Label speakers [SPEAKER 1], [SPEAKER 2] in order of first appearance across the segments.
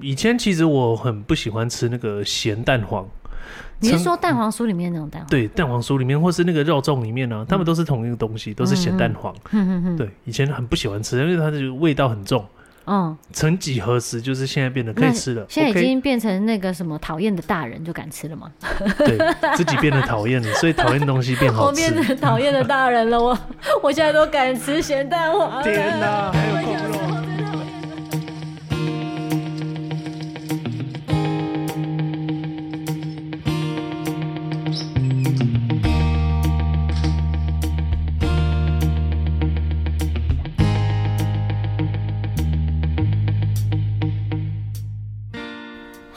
[SPEAKER 1] 以前其实我很不喜欢吃那个咸蛋黄，
[SPEAKER 2] 你是
[SPEAKER 1] 称
[SPEAKER 2] 说蛋黄酥里面那种蛋黄？
[SPEAKER 1] 对蛋黄酥里面或是那个肉粽里面
[SPEAKER 2] 嗯
[SPEAKER 1] 呢、啊，他们都是同一个东西，都是咸蛋黄。
[SPEAKER 2] 哼哼哼，
[SPEAKER 1] 对，以前很不喜欢吃，因为它的味道很重。
[SPEAKER 2] 嗯，
[SPEAKER 1] 曾几何时，就是现在变得可以吃了。
[SPEAKER 2] 现在
[SPEAKER 1] OK
[SPEAKER 2] 已经变成那个什么讨厌的大人就敢吃了吗？
[SPEAKER 1] 对自己变得讨厌了，所以讨厌东西变好
[SPEAKER 2] 我
[SPEAKER 1] 吃
[SPEAKER 2] 变。成讨厌的大人了，我我现在都敢吃咸蛋黄了。
[SPEAKER 1] 天 哪，还有
[SPEAKER 2] 我
[SPEAKER 1] 够
[SPEAKER 2] 小时
[SPEAKER 1] 肉！
[SPEAKER 2] 候真的讨厌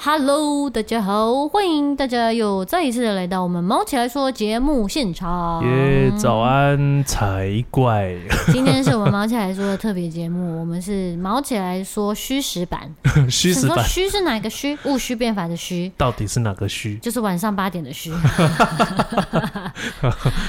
[SPEAKER 2] ，Hello，大家好，欢迎大家又再一次地来到我们《猫起来说》节目现场。
[SPEAKER 1] 耶， 早安才怪！
[SPEAKER 2] 今天是我们毛起来说的特别节目，我们是毛起来说虚实版。
[SPEAKER 1] 虚实
[SPEAKER 2] 想说
[SPEAKER 1] 版
[SPEAKER 2] 虚是哪个虚？戊戌变法的虚，
[SPEAKER 1] 到底是哪个虚？
[SPEAKER 2] 就是晚上八点的虚。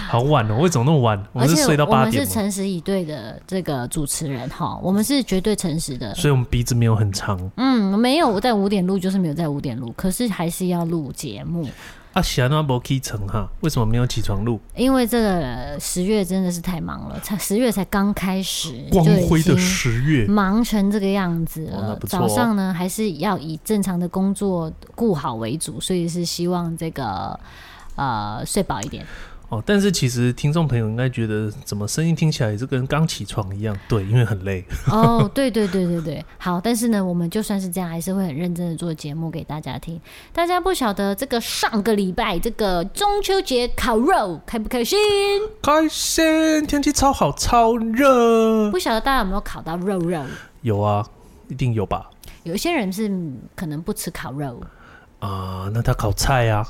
[SPEAKER 1] 好晚哦，为什么那么晚？ 我
[SPEAKER 2] 而
[SPEAKER 1] 们是
[SPEAKER 2] 且
[SPEAKER 1] 睡到
[SPEAKER 2] 我
[SPEAKER 1] 八
[SPEAKER 2] 们
[SPEAKER 1] 点哦
[SPEAKER 2] 是
[SPEAKER 1] 吗？
[SPEAKER 2] 诚实以对的这个主持人哈，我们是绝对诚实的。
[SPEAKER 1] 所以我们鼻子没有很长。
[SPEAKER 2] 嗯，没有在五点录，就是没有在五点录，可是还是要录节目，
[SPEAKER 1] 啊，喜安那波 K 层哈，为什么没有起床录？
[SPEAKER 2] 因为这个十月真的是太忙了，才十月才刚开始，
[SPEAKER 1] 光辉
[SPEAKER 2] 就
[SPEAKER 1] 的
[SPEAKER 2] 已经
[SPEAKER 1] 十月，
[SPEAKER 2] 忙成这个样子
[SPEAKER 1] 哦那
[SPEAKER 2] 了，
[SPEAKER 1] 不错哦
[SPEAKER 2] 早上呢还是要以正常的工作顾好为主，所以是希望这个呃睡饱一点。
[SPEAKER 1] 哦，但是其实听众朋友应该觉得，怎么声音听起来是跟刚起床一样？对，因为很 累。
[SPEAKER 2] 哦，对对对对对，好，但是呢，我们就算是这样，还是会很认真的做节目给大家听。大家不晓得这个上个礼拜这个中秋节烤肉开不开心？
[SPEAKER 1] 开心，天气超好，超热。
[SPEAKER 2] 不晓得大家有没有烤到肉肉？
[SPEAKER 1] 有啊，一定有吧？
[SPEAKER 2] 有一些人是嗯可能不吃烤肉，
[SPEAKER 1] 啊、那他烤菜啊。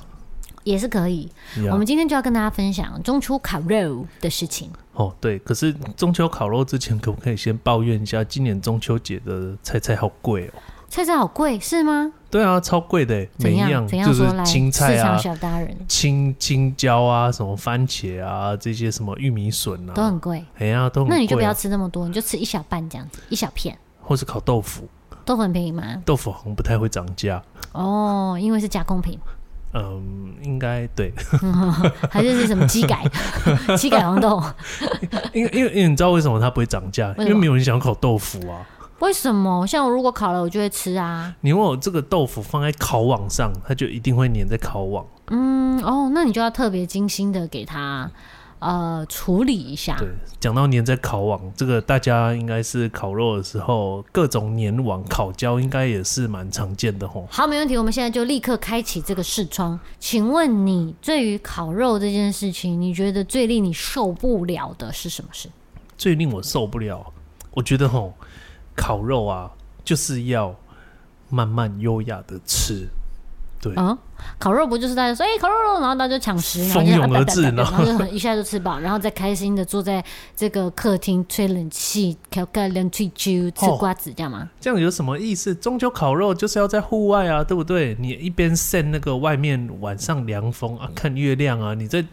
[SPEAKER 2] 也是可以。
[SPEAKER 1] 呀
[SPEAKER 2] 我们今天就要跟大家分享中秋烤肉的事情。
[SPEAKER 1] 哦，对，可是中秋烤肉之前，可不可以先抱怨一下今年中秋节的菜菜好贵哦？
[SPEAKER 2] 菜菜好贵是吗？
[SPEAKER 1] 对啊，超贵的，每一
[SPEAKER 2] 怎样
[SPEAKER 1] 样
[SPEAKER 2] 怎样
[SPEAKER 1] 就是
[SPEAKER 2] 说来？
[SPEAKER 1] 青菜
[SPEAKER 2] 市场
[SPEAKER 1] 啊、
[SPEAKER 2] 小达人
[SPEAKER 1] 青青椒啊、什么番茄啊、这些什么玉米笋
[SPEAKER 2] 都
[SPEAKER 1] 啊，
[SPEAKER 2] 很贵，
[SPEAKER 1] 哎呀、都很贵、啊。
[SPEAKER 2] 那你就不要吃那么多，你就吃一小半这样子，一小片。
[SPEAKER 1] 或是烤豆腐，
[SPEAKER 2] 豆腐很便宜吗？
[SPEAKER 1] 豆腐好像不太会涨价。
[SPEAKER 2] 哦，因为是加工品，
[SPEAKER 1] 嗯，应该对，
[SPEAKER 2] 还是是什么鸡改？ 鸡改黄豆？
[SPEAKER 1] 因为因为因为你知道为什么它不会涨价？
[SPEAKER 2] 什么
[SPEAKER 1] 因为没有人想烤豆腐啊。
[SPEAKER 2] 为什么？像我如果烤了，我就会吃啊。
[SPEAKER 1] 你问我这个豆腐放在烤网上，它就一定会粘在烤网。
[SPEAKER 2] 嗯，哦，那你就要特别精心的给它呃处理一下。
[SPEAKER 1] 对，讲到粘在烤网，这个大家应该是烤肉的时候，各种粘网、烤焦应该也是蛮常见的吼。
[SPEAKER 2] 好，没问题，我们现在就立刻开启这个视窗。请问你对于烤肉这件事情，你觉得最令你受不了的是什么事？
[SPEAKER 1] 最令我受不了，我觉得吼，烤肉啊，就是要慢慢优雅的吃。对
[SPEAKER 2] 嗯，烤肉不就是大家说哎、烤肉肉，然后大家就抢食，然后
[SPEAKER 1] 蜂
[SPEAKER 2] 就
[SPEAKER 1] 拥
[SPEAKER 2] 啊啪
[SPEAKER 1] 而
[SPEAKER 2] 啪
[SPEAKER 1] 至
[SPEAKER 2] 啪
[SPEAKER 1] 然
[SPEAKER 2] 啪
[SPEAKER 1] 后
[SPEAKER 2] 然后就一下就吃饱，然后再开心的坐在这个客厅吹冷气、烤个冷气酒、吃
[SPEAKER 1] 哦
[SPEAKER 2] 瓜子，这样吗？
[SPEAKER 1] 这样有什么意思？中秋烤肉就是要在户外啊，对不对？你一边扇那个外面晚上凉风
[SPEAKER 2] 嗯
[SPEAKER 1] 啊，看月亮啊，你在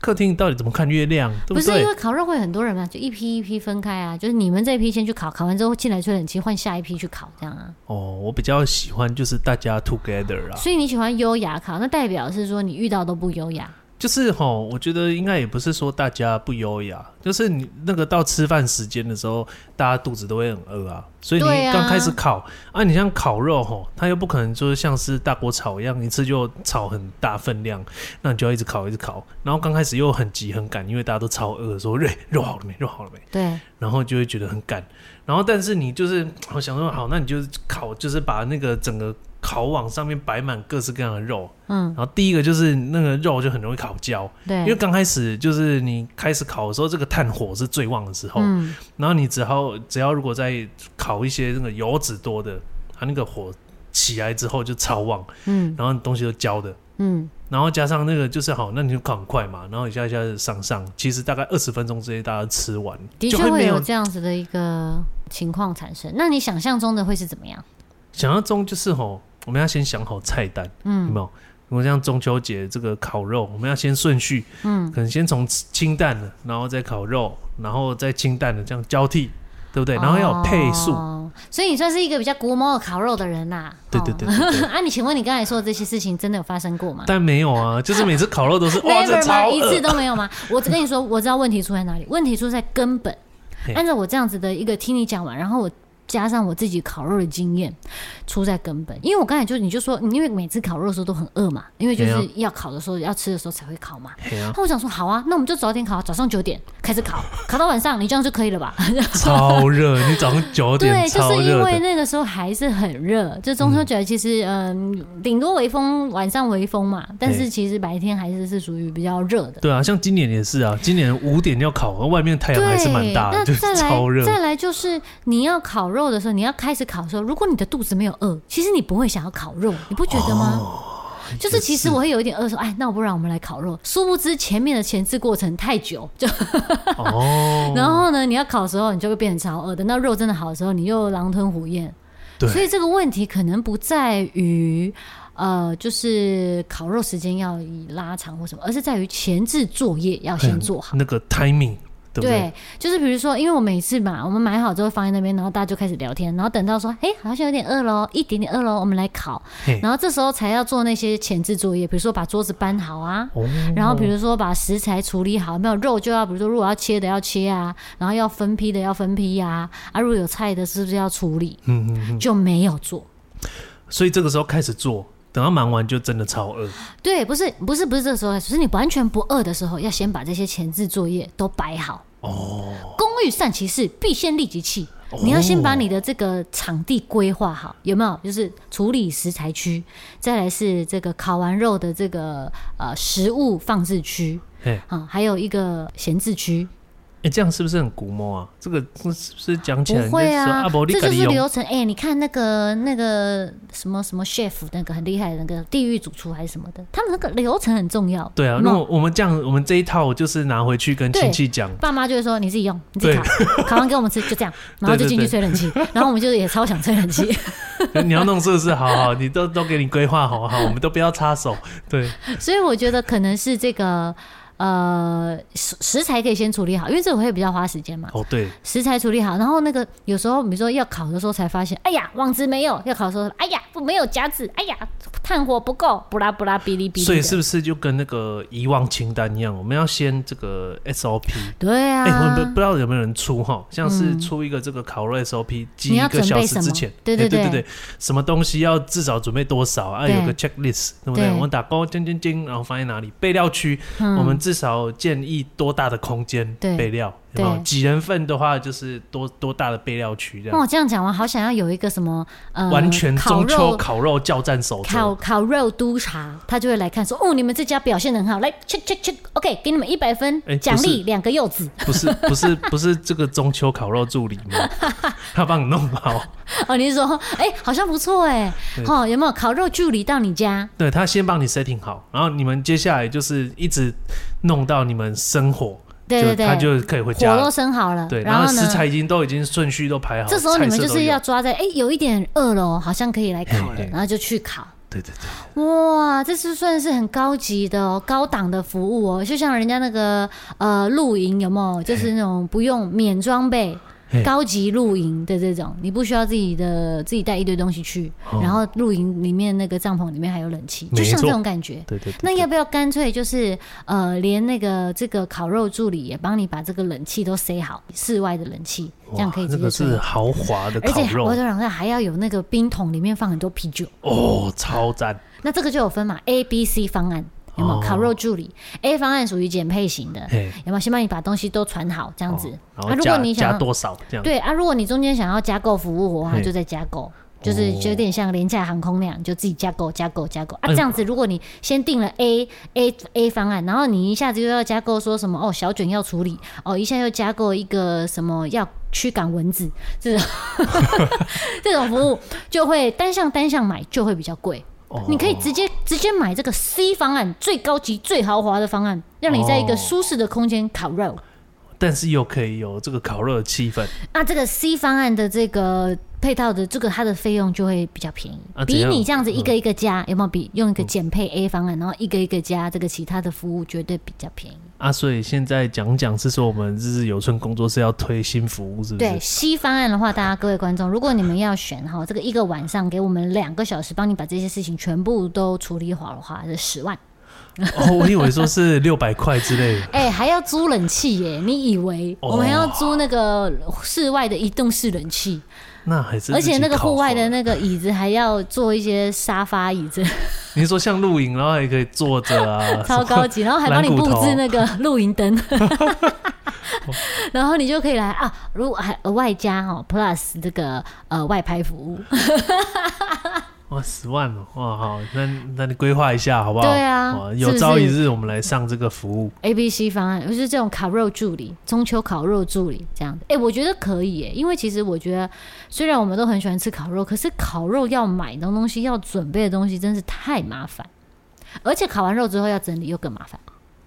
[SPEAKER 1] 客厅到底怎么看月亮？对
[SPEAKER 2] 不是
[SPEAKER 1] 对
[SPEAKER 2] 因？为烤肉会很多人嘛，就一批一批分开啊，就是你们这一批先去烤，烤完之后进来吹冷气，换下一批去烤，这样啊。
[SPEAKER 1] 哦，我比较喜欢就是大家 together 啊，
[SPEAKER 2] 所以你喜欢优雅烤，那代表是说你遇到都不优雅。
[SPEAKER 1] 就是吼，我觉得应该也不是说大家不优雅，就是你那个到吃饭时间的时候，大家肚子都会很饿啊，所以你
[SPEAKER 2] 对啊
[SPEAKER 1] 刚开始烤啊你像烤肉吼，它又不可能就是像是大锅炒一样，一次就炒很大分量，那你就要一直烤一直烤，然后刚开始又很急很赶，因为大家都超饿，说肉肉好了没，肉好了没，
[SPEAKER 2] 对，
[SPEAKER 1] 然后就会觉得很赶，然后但是你就是我想说好，那你就烤，就是把那个整个烤网上面摆满各式各样的肉，
[SPEAKER 2] 嗯，
[SPEAKER 1] 然后第一个就是那个肉就很容易烤焦，因为
[SPEAKER 2] 对，
[SPEAKER 1] 刚开始就是你开始烤的时候，这个炭火是最旺的时候，
[SPEAKER 2] 嗯，
[SPEAKER 1] 然后你只要只要如果再烤一些那个油脂多的，它那个火起来之后就超旺，
[SPEAKER 2] 嗯，
[SPEAKER 1] 然后东西都焦的，
[SPEAKER 2] 嗯，
[SPEAKER 1] 然后加上那个就是好，那你就烤很快嘛，然后一下一下就上上，其实大概二十分钟之内大家吃完，
[SPEAKER 2] 的
[SPEAKER 1] 就
[SPEAKER 2] 确
[SPEAKER 1] 没
[SPEAKER 2] 会有
[SPEAKER 1] 有
[SPEAKER 2] 这样子的一个情况产生。那你想象中的会是怎么样？
[SPEAKER 1] 想象中就是吼，我们要先想好菜单，有
[SPEAKER 2] 嗯
[SPEAKER 1] 没有？如果像中秋节这个烤肉，我们要先顺序，
[SPEAKER 2] 嗯，
[SPEAKER 1] 可能先从清淡的，然后再烤肉，然后再清淡的这样交替，对不对？然后要有配速，
[SPEAKER 2] 哦所以你算是一个比较古某烤肉的人啦。
[SPEAKER 1] 对对对对对
[SPEAKER 2] 啊，你请问你刚才说的这些事情真的有发生过吗
[SPEAKER 1] 但没有啊，就是每次烤肉 都是哇，这
[SPEAKER 2] ？Never 吗？
[SPEAKER 1] 超
[SPEAKER 2] 一次
[SPEAKER 1] 恶，
[SPEAKER 2] 都没有吗？我只跟你说，我知道问题出在哪里，问题出在根本
[SPEAKER 1] 嘿。
[SPEAKER 2] 按照我这样子的一个听你讲完，然后我加上我自己烤肉的经验，出在根本。因为我刚才就你就说，嗯因为每次烤肉的时候都很饿嘛，因为就
[SPEAKER 1] 对
[SPEAKER 2] 是
[SPEAKER 1] 啊
[SPEAKER 2] 要烤的时候、要吃的时候才会烤嘛。
[SPEAKER 1] 嘿啊
[SPEAKER 2] 那我想说，好啊，那我们就早点烤，早上九点开始烤，烤到晚上，你这样就可以 了吧？
[SPEAKER 1] 超热，你早上九点
[SPEAKER 2] 对，就
[SPEAKER 1] 超
[SPEAKER 2] 是因
[SPEAKER 1] 热
[SPEAKER 2] 为
[SPEAKER 1] 的，
[SPEAKER 2] 那个时候还是很热，就中秋节其实嗯，顶、多微风，晚上微风嘛，但
[SPEAKER 1] 对
[SPEAKER 2] 是其实白天还是是属于比较热的。
[SPEAKER 1] 对啊，像今年也是啊，今年五点要烤，外面太阳哎还是蛮大的，就
[SPEAKER 2] 那
[SPEAKER 1] 是
[SPEAKER 2] 再来
[SPEAKER 1] 超热，
[SPEAKER 2] 再来就是你要烤肉的时候，你要开始烤的时候，如果你的肚子没有饿，其实你不会想要烤肉，你不觉得吗？
[SPEAKER 1] 哦
[SPEAKER 2] 就是其实我会有一点饿，说哎，那我不然我们来烤肉。殊不知前面的前置过程太久，就
[SPEAKER 1] 哦，
[SPEAKER 2] 然后呢，你要烤的时候，你就会变成超饿。等到肉真的好的时候，你又狼吞虎咽。
[SPEAKER 1] 对
[SPEAKER 2] 所以这个问题可能不在于，呃，就是烤肉时间要拉长或什么，而是在于前置作业要先做好。
[SPEAKER 1] 那个 timing，对不对？
[SPEAKER 2] 对，就是比如说，因为我每次嘛，我们买好之后放在那边，然后大家就开始聊天，然后等到说，哎，好像有点饿喽，一点点饿喽，我们来烤
[SPEAKER 1] 嘿。
[SPEAKER 2] 然后这时候才要做那些前置作业，比如说把桌子搬好啊，
[SPEAKER 1] 哦，
[SPEAKER 2] 然后比如说把食材处理好，有没有肉就要，比如说如果要切的要切啊，然后要分批的要分批呀、啊，啊如果有菜的是不是要处理，
[SPEAKER 1] 嗯嗯嗯，
[SPEAKER 2] 就没有做。
[SPEAKER 1] 所以这个时候开始做，等他忙完就真的超饿，
[SPEAKER 2] 对，不是不是不是这时候，只是你完全不饿的时候，要先把这些前置作业都摆好。哦，工欲善其事，必先利其器。你要先把你的这个场地规划好，有没有？就是处理食材区，再来是这个烤完肉的这个呃食物放置区
[SPEAKER 1] 嘿，
[SPEAKER 2] 啊，还有一个闲置区。
[SPEAKER 1] 哎，这样是不是很古摸啊？这个是不是讲起来
[SPEAKER 2] 不会
[SPEAKER 1] 你就说
[SPEAKER 2] 啊，
[SPEAKER 1] 啊，不你
[SPEAKER 2] 这
[SPEAKER 1] 自
[SPEAKER 2] 就
[SPEAKER 1] 己
[SPEAKER 2] 是
[SPEAKER 1] 用
[SPEAKER 2] 流程。哎、你看那个那个什么什么 chef 那个很厉害的那个地狱主厨还是什么的，他们那个流程很重要。
[SPEAKER 1] 对啊，
[SPEAKER 2] 有没
[SPEAKER 1] 那
[SPEAKER 2] 有
[SPEAKER 1] 我我们这样，我们这一套就是拿回去跟亲戚讲，
[SPEAKER 2] 爸妈就会说你自己用，你自己烤，烤完给我们吃，就这 样，然后就进去吹冷气，然后我们就也超想吹冷气，
[SPEAKER 1] 你要弄是不是？好好，你都都给你规划好好，我们都不要插手。对，
[SPEAKER 2] 所以我觉得可能是这个呃食食材可以先处理好，因为这个会比较花时间嘛。
[SPEAKER 1] 哦对，
[SPEAKER 2] 食材处理好，然后那个有时候比如说要烤的时候才发现，哎呀网子没有，要烤的时候，哎呀没有夹子，哎呀炭火不够，布拉布拉哔哩哔哩的。
[SPEAKER 1] 所以是不是就跟那个遗忘清单一样，我们要先这个 SOP？
[SPEAKER 2] 对啊，
[SPEAKER 1] 哎、我不不知道有没有人出哈，像是出一个这个烤肉 SOP，几
[SPEAKER 2] 嗯你要
[SPEAKER 1] 个小
[SPEAKER 2] 准备
[SPEAKER 1] 时
[SPEAKER 2] 什
[SPEAKER 1] 之
[SPEAKER 2] 么
[SPEAKER 1] 前，
[SPEAKER 2] 对
[SPEAKER 1] 哎
[SPEAKER 2] 对
[SPEAKER 1] 对
[SPEAKER 2] 对
[SPEAKER 1] 对，什么东西要至少准备多少啊？
[SPEAKER 2] 对
[SPEAKER 1] 有个 checklist，对不对？
[SPEAKER 2] 对嗯
[SPEAKER 1] 我们打勾，叮叮叮，然后放在哪里？备料区，我们至少建议多大的空间
[SPEAKER 2] 对
[SPEAKER 1] 备料？有没有
[SPEAKER 2] 对
[SPEAKER 1] 几人份的话，就是多多大的备料区这
[SPEAKER 2] 那
[SPEAKER 1] 样。
[SPEAKER 2] 我这样讲，我好想要有一个什么呃，
[SPEAKER 1] 完全
[SPEAKER 2] 烤
[SPEAKER 1] 中秋
[SPEAKER 2] 肉
[SPEAKER 1] 烤肉教战手
[SPEAKER 2] 烤
[SPEAKER 1] 册，
[SPEAKER 2] 烤肉督察，他就会来看说，哦，你们这家表现得很好，来 check check check，OK，、给你们一百分
[SPEAKER 1] 哎，
[SPEAKER 2] 奖
[SPEAKER 1] 不是
[SPEAKER 2] 励两个柚子。
[SPEAKER 1] 不是不是不是这个中秋烤肉助理吗？ 他帮你弄好，
[SPEAKER 2] 哦，你是说，哎、好像不错哎
[SPEAKER 1] 对，
[SPEAKER 2] 哦，有没有烤肉助理到你家？
[SPEAKER 1] 对他先帮你 setting 好，然后你们接下来就是一直弄到你们生火，
[SPEAKER 2] 对对
[SPEAKER 1] 就他
[SPEAKER 2] 对，
[SPEAKER 1] 就可以回家
[SPEAKER 2] 火都
[SPEAKER 1] 了。
[SPEAKER 2] 生好了，
[SPEAKER 1] 对，然
[SPEAKER 2] 然
[SPEAKER 1] 后
[SPEAKER 2] 后呢
[SPEAKER 1] 食？材已经都已经顺序都排好，
[SPEAKER 2] 这时候你们
[SPEAKER 1] 菜色
[SPEAKER 2] 就
[SPEAKER 1] 都
[SPEAKER 2] 是
[SPEAKER 1] 有
[SPEAKER 2] 要抓在，哎、有一点饿了哦，好像可以来烤了，
[SPEAKER 1] 嘿嘿
[SPEAKER 2] 然后就去烤。
[SPEAKER 1] 对对对，
[SPEAKER 2] 哇，这是算是很高级的哦，高档的服务哦，就像人家那个呃露营有没有？就是那种不用免装备
[SPEAKER 1] 嘿。
[SPEAKER 2] 高级露营的这种，你不需要自己的自己带一堆东西去，
[SPEAKER 1] 哦
[SPEAKER 2] 然后露营里面那个帐篷里面还有冷气，
[SPEAKER 1] 没
[SPEAKER 2] 就像这
[SPEAKER 1] 错
[SPEAKER 2] 种感觉。
[SPEAKER 1] 对对对
[SPEAKER 2] 那
[SPEAKER 1] 对
[SPEAKER 2] 要不要干脆就是呃，连那个这个烤肉助理也帮你把这个冷气都塞好，室外的冷气，这样可以
[SPEAKER 1] 哇那
[SPEAKER 2] 直
[SPEAKER 1] 个
[SPEAKER 2] 接吹。
[SPEAKER 1] 是豪华的
[SPEAKER 2] 而
[SPEAKER 1] 烤
[SPEAKER 2] 且我
[SPEAKER 1] 肉
[SPEAKER 2] 就想说还要有那个冰桶里面放很多啤酒。
[SPEAKER 1] 哦，超赞，
[SPEAKER 2] 那这个就有分嘛，A、B、C 方案有没有？
[SPEAKER 1] 哦
[SPEAKER 2] 烤肉助理 A 方案属于减配型的，
[SPEAKER 1] 嘿，
[SPEAKER 2] 有没有？先帮你把东西都传好，这样子。
[SPEAKER 1] 哦然后
[SPEAKER 2] 啊如果
[SPEAKER 1] 加
[SPEAKER 2] 你想
[SPEAKER 1] 加
[SPEAKER 2] 要
[SPEAKER 1] 多少这样？
[SPEAKER 2] 对啊，如果你中间想要加购服务的话，
[SPEAKER 1] 嘿
[SPEAKER 2] 就再加购。就是
[SPEAKER 1] 哦
[SPEAKER 2] 有点像廉价航空那样，就自己加购、加购、加购啊。
[SPEAKER 1] 哎
[SPEAKER 2] 这样子，如果你先定了 A A A 方案，然后你一下子又要加购说什么哦，小卷要处理哦，一下又加购一个什么要驱赶蚊子 这种这种服务，就会单项单项买就会比较贵。
[SPEAKER 1] 哦
[SPEAKER 2] 你可以直接直接买这个 C 方案，最高级、最豪华的方案，让你在一
[SPEAKER 1] 哦
[SPEAKER 2] 个舒适的空间烤肉。啊
[SPEAKER 1] 但是又可以有这个烤肉的气氛，
[SPEAKER 2] 那这个 C 方案的这个配套的这个它的费用就会比较便宜，
[SPEAKER 1] 啊怎
[SPEAKER 2] 比
[SPEAKER 1] 样嗯
[SPEAKER 2] 你这样子一个一个加、有没有比用一个减配 A 方案，然后一个一个加这个其他的服务绝对比较便宜。
[SPEAKER 1] 啊，所以现在讲讲是说我们日日有春工作室要推新服务，是不
[SPEAKER 2] 对
[SPEAKER 1] 嗯是？
[SPEAKER 2] C 方案的话，大家各位观众，如果你们要选哈，这个一个晚上给我们两个小时，帮你把这些事情全部都处理好的话，是十万。
[SPEAKER 1] 哦，我以为说是六百块之类的。
[SPEAKER 2] 哎、还要租冷气耶？你以为
[SPEAKER 1] 哦
[SPEAKER 2] 我们还要租那个室外的移动式冷气，
[SPEAKER 1] 那还哦是
[SPEAKER 2] 而且那个
[SPEAKER 1] 自己烤
[SPEAKER 2] 户外
[SPEAKER 1] 好
[SPEAKER 2] 的
[SPEAKER 1] 了，
[SPEAKER 2] 那个椅子还要做一些沙发椅子，，
[SPEAKER 1] 你是说像露营，然后还可以坐着啊
[SPEAKER 2] 超 高级，然后还帮你
[SPEAKER 1] 蓝骨
[SPEAKER 2] 布
[SPEAKER 1] 头
[SPEAKER 2] 置那个露 营灯，然后你就可以来啊。如果还额外加哦 Plus 这个呃外拍服务，
[SPEAKER 1] 哇，十万哦，哇好，那那你规划一下好不好？
[SPEAKER 2] 对啊
[SPEAKER 1] 哇
[SPEAKER 2] 是
[SPEAKER 1] 有
[SPEAKER 2] 不是
[SPEAKER 1] 朝一日我们来上这个服务。
[SPEAKER 2] A、B、C 方案，就是这种烤肉助理、中秋烤肉助理这样的。哎、我觉得可以耶，因为其实我觉得，虽然我们都很喜欢吃烤肉，可是烤肉要买的东西、要准备的东西真是太麻烦，而且烤完肉之后要整理又更麻烦。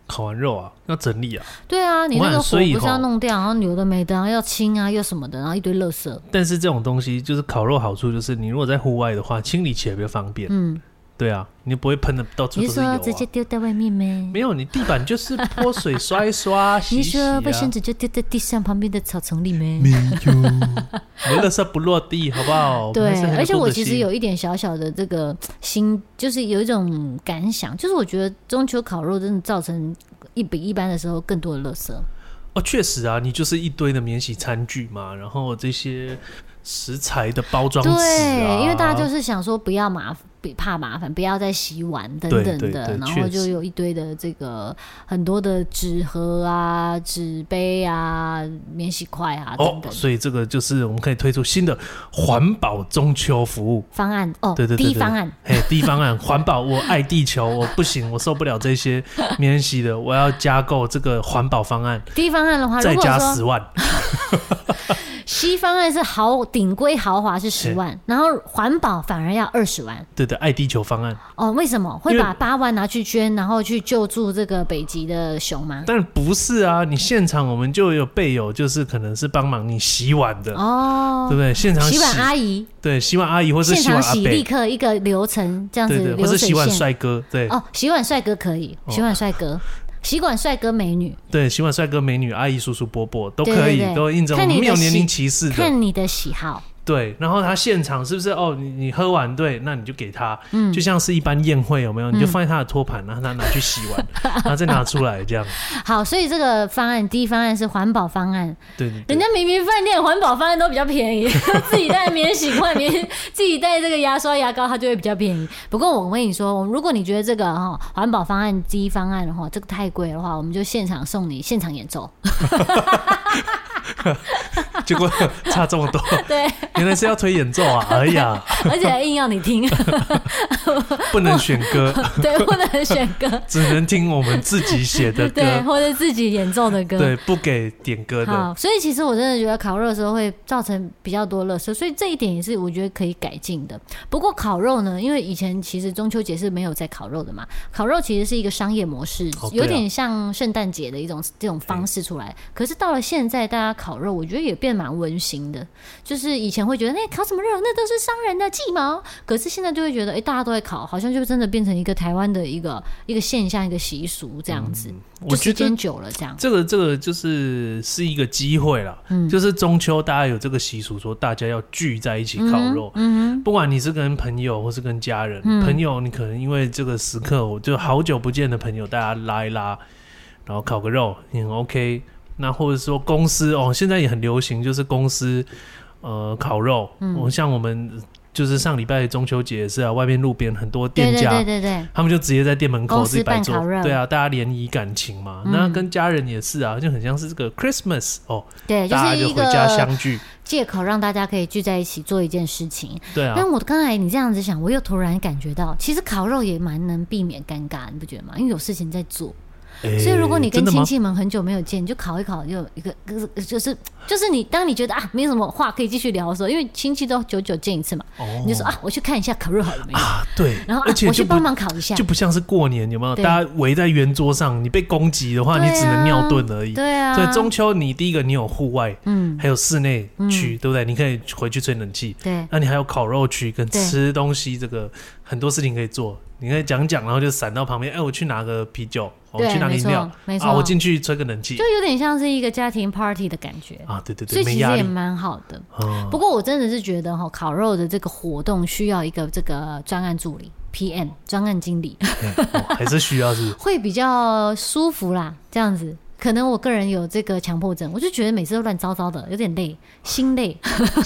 [SPEAKER 1] 烤完肉啊，要整理啊，
[SPEAKER 2] 对啊，你
[SPEAKER 1] 我看
[SPEAKER 2] 那个火
[SPEAKER 1] 所以
[SPEAKER 2] 不是要
[SPEAKER 1] 吼
[SPEAKER 2] 弄掉，然后有的没的，然后要清啊，又什么的，然后一堆垃圾。
[SPEAKER 1] 但是这种东西就是烤肉好处就是，你如果在户外的话，清理起来比较方便。
[SPEAKER 2] 嗯，
[SPEAKER 1] 对啊，你不会喷的到处
[SPEAKER 2] 你
[SPEAKER 1] 都
[SPEAKER 2] 是
[SPEAKER 1] 是
[SPEAKER 2] 说
[SPEAKER 1] 油、啊。
[SPEAKER 2] 直接丢在外面呗？
[SPEAKER 1] 没有，你地板就是泼水刷一刷，洗
[SPEAKER 2] 你
[SPEAKER 1] 一洗、啊。
[SPEAKER 2] 说卫生纸就丢在地上旁边的草丛里面？
[SPEAKER 1] 没有，我们垃圾不落地，好不好？们还是
[SPEAKER 2] 对
[SPEAKER 1] 很，有
[SPEAKER 2] 而且
[SPEAKER 1] 公
[SPEAKER 2] 我
[SPEAKER 1] 德
[SPEAKER 2] 其实
[SPEAKER 1] 心
[SPEAKER 2] 有一点小小的这个心，就是有一种感想，就是我觉得中秋烤肉真的造成一比一般的时候更多的垃圾。
[SPEAKER 1] 哦，确实啊，你就是一堆的免洗餐具嘛，然后这些食材的包装纸、啊、
[SPEAKER 2] 对，因为大家就是想说不要麻烦。比怕麻烦，不要再洗碗等
[SPEAKER 1] 对
[SPEAKER 2] 等
[SPEAKER 1] 对
[SPEAKER 2] 的，
[SPEAKER 1] 对
[SPEAKER 2] 然
[SPEAKER 1] 确
[SPEAKER 2] 后
[SPEAKER 1] 实
[SPEAKER 2] 就有一堆的这个很多的纸盒啊、纸杯啊、免洗筷啊等
[SPEAKER 1] 哦
[SPEAKER 2] 等，的
[SPEAKER 1] 所以这个就是我们可以推出新的环保中秋服务。
[SPEAKER 2] 方案哦，
[SPEAKER 1] 对对对
[SPEAKER 2] 第一
[SPEAKER 1] 对
[SPEAKER 2] 方案
[SPEAKER 1] 嘿，第一方案环保，我爱地球，我不行，我受不了这些免洗的，我要加购这个环保方案，
[SPEAKER 2] 第一方案的话，
[SPEAKER 1] 再
[SPEAKER 2] 啊如果
[SPEAKER 1] 加
[SPEAKER 2] 说
[SPEAKER 1] 十万。
[SPEAKER 2] 西方案是豪顶规豪华是十万，然后环保反而要二十万
[SPEAKER 1] 对的，爱地球方案，
[SPEAKER 2] 哦？为什么会
[SPEAKER 1] 因为
[SPEAKER 2] 把八万拿去捐，然后去救助这个北极的熊吗？
[SPEAKER 1] 但不是啊，你现场我们就有备有，就是可能是帮忙你洗碗的，对
[SPEAKER 2] 哦，
[SPEAKER 1] 不对？现场
[SPEAKER 2] 洗碗阿姨
[SPEAKER 1] 对洗碗阿姨或是
[SPEAKER 2] 现
[SPEAKER 1] 洗碗
[SPEAKER 2] 场
[SPEAKER 1] 阿
[SPEAKER 2] 洗，
[SPEAKER 1] 伯，
[SPEAKER 2] 立刻一个流程这样子
[SPEAKER 1] 对对，或
[SPEAKER 2] 流
[SPEAKER 1] 是
[SPEAKER 2] 水
[SPEAKER 1] 洗碗
[SPEAKER 2] 线。
[SPEAKER 1] 帅哥，对、
[SPEAKER 2] 哦，洗碗帅哥可以，
[SPEAKER 1] 哦
[SPEAKER 2] 洗碗帅哥，洗碗帅哥美女，
[SPEAKER 1] 对，洗碗帅哥、美女、阿姨、叔叔、伯伯都
[SPEAKER 2] 对
[SPEAKER 1] 可以，
[SPEAKER 2] 对对
[SPEAKER 1] 都印证我
[SPEAKER 2] 看
[SPEAKER 1] 们
[SPEAKER 2] 你
[SPEAKER 1] 没
[SPEAKER 2] 的
[SPEAKER 1] 有年
[SPEAKER 2] 喜
[SPEAKER 1] 龄歧视的。
[SPEAKER 2] 看你的喜好。
[SPEAKER 1] 对，然后他现场是不是哦？你你喝完对，那你就给他，
[SPEAKER 2] 嗯
[SPEAKER 1] 就像是一般宴会有没有？你就
[SPEAKER 2] 嗯
[SPEAKER 1] 放在他的托盘，然后他拿去洗 碗，然后再拿出来这样。
[SPEAKER 2] 好，所以这个方案第一方案是环保方案，
[SPEAKER 1] 对对对
[SPEAKER 2] 人家明明饭店环保方案都比较便宜， 自己带免洗筷、免 自己带这个牙刷、牙膏，它就会比较便宜。不过我跟你说，如果你觉得这个哈环保方案第一方案的话，这个太贵的话，我们就现场送你现场演奏。
[SPEAKER 1] 结果差这么多，
[SPEAKER 2] 对，
[SPEAKER 1] 原来是要推演奏啊！哎呀，
[SPEAKER 2] 而且还硬要你听，
[SPEAKER 1] 不能选歌，
[SPEAKER 2] 对，不能选歌，
[SPEAKER 1] 只能听我们自己写的
[SPEAKER 2] 对，
[SPEAKER 1] 歌，
[SPEAKER 2] 或者自己演奏的歌。
[SPEAKER 1] 啊对，不给点歌的。
[SPEAKER 2] 好，所以其实我真的觉得烤肉的时候会造成比较多垃圾，所以这一点也是我觉得可以改进的。不过烤肉呢，因为以前其实中秋节是没有在烤肉的嘛，烤肉其实是一个商业模式，
[SPEAKER 1] 哦对啊
[SPEAKER 2] 有点像圣诞节的一种这种方式出来。可是到了现在，大家烤肉，我觉得也变蛮温馨的。就是以前会觉得，那、烤什么肉，那都是商人的计谋。可是现在就会觉得，哎、大家都在烤，好像就真的变成一个台湾的一个一个现象，一个习俗这样子。
[SPEAKER 1] 嗯我
[SPEAKER 2] 就
[SPEAKER 1] 觉
[SPEAKER 2] 时
[SPEAKER 1] 得
[SPEAKER 2] 间久了，这样嗯
[SPEAKER 1] 这个这个就是是一个机会啦，就是中秋大家有这个习俗，说大家要聚在一起烤肉。
[SPEAKER 2] 嗯
[SPEAKER 1] 不管你是跟朋友或是跟家人，朋友你可能因为这个时刻，我就好久不见的朋友，大家拉一拉，然后烤个肉也很 OK。那或者说公司哦，现在也很流行，就是公司呃烤肉，
[SPEAKER 2] 嗯
[SPEAKER 1] 我、像我们就是上礼拜中秋节也是啊，外面路边很多
[SPEAKER 2] 对
[SPEAKER 1] 店
[SPEAKER 2] 对
[SPEAKER 1] 家
[SPEAKER 2] 对对对。
[SPEAKER 1] 他们就直接在店门口
[SPEAKER 2] 公司
[SPEAKER 1] 自己摆
[SPEAKER 2] 办
[SPEAKER 1] 桌
[SPEAKER 2] 烤肉，
[SPEAKER 1] 对啊，大家联谊感情嘛。
[SPEAKER 2] 嗯
[SPEAKER 1] 那跟家人也是啊，就很像是这个 Christmas 哦，
[SPEAKER 2] 对，就
[SPEAKER 1] 大家
[SPEAKER 2] 是
[SPEAKER 1] 就
[SPEAKER 2] 一
[SPEAKER 1] 回家
[SPEAKER 2] 个
[SPEAKER 1] 相聚。
[SPEAKER 2] 借口让大家可以聚在一起做一件事情。
[SPEAKER 1] 对啊，
[SPEAKER 2] 但我刚才你这样子想，我又突然感觉到，其实烤肉也蛮能避免尴尬，你不觉得吗？因为有事情在做。
[SPEAKER 1] 哎
[SPEAKER 2] 所以如果你跟
[SPEAKER 1] 真的
[SPEAKER 2] 亲
[SPEAKER 1] 吗
[SPEAKER 2] 戚们很久没有见，你就烤一烤，就有一个就是就是你当你觉得啊没什么话可以继续聊的时候，因为亲戚都久久见一次嘛，
[SPEAKER 1] 哦
[SPEAKER 2] 你就说啊我去看一下烤肉好了没有，
[SPEAKER 1] 啊，对，
[SPEAKER 2] 然后、啊
[SPEAKER 1] 而、且
[SPEAKER 2] 我
[SPEAKER 1] 就
[SPEAKER 2] 去
[SPEAKER 1] 不
[SPEAKER 2] 帮忙烤一下
[SPEAKER 1] 就，不像是过年有没有？
[SPEAKER 2] 对
[SPEAKER 1] 大家围在圆桌上，你被攻击的话，
[SPEAKER 2] 对啊
[SPEAKER 1] 你只能尿遁而已。
[SPEAKER 2] 对啊，
[SPEAKER 1] 所以中秋你第一个你有户外，
[SPEAKER 2] 嗯
[SPEAKER 1] 还有室内区，对不对？你可以回去吹冷气。
[SPEAKER 2] 对
[SPEAKER 1] 那你还有烤肉区跟
[SPEAKER 2] 对
[SPEAKER 1] 吃东西，这个很多事情可以做。你可以讲讲，然后就闪到旁边，哎，我去拿个啤酒，我
[SPEAKER 2] 对
[SPEAKER 1] 哦去拿个
[SPEAKER 2] 没
[SPEAKER 1] 饮料
[SPEAKER 2] 错，没
[SPEAKER 1] 啊，
[SPEAKER 2] 错，
[SPEAKER 1] 我进去吹个冷气
[SPEAKER 2] 就有点像是一个家庭 party 的感觉，
[SPEAKER 1] 啊，对对对，
[SPEAKER 2] 所以其
[SPEAKER 1] 没
[SPEAKER 2] 实
[SPEAKER 1] 压
[SPEAKER 2] 也
[SPEAKER 1] 力。
[SPEAKER 2] 蛮好的。
[SPEAKER 1] 啊
[SPEAKER 2] 不过我真的是觉得哈，烤肉的这个活动需要一个这个专案助理 PM 专案经理
[SPEAKER 1] 哦还是需要是
[SPEAKER 2] 会比较舒服啦，这样子。可能我个人有这个强迫症，我就觉得每次都乱糟糟的，有点累，心累。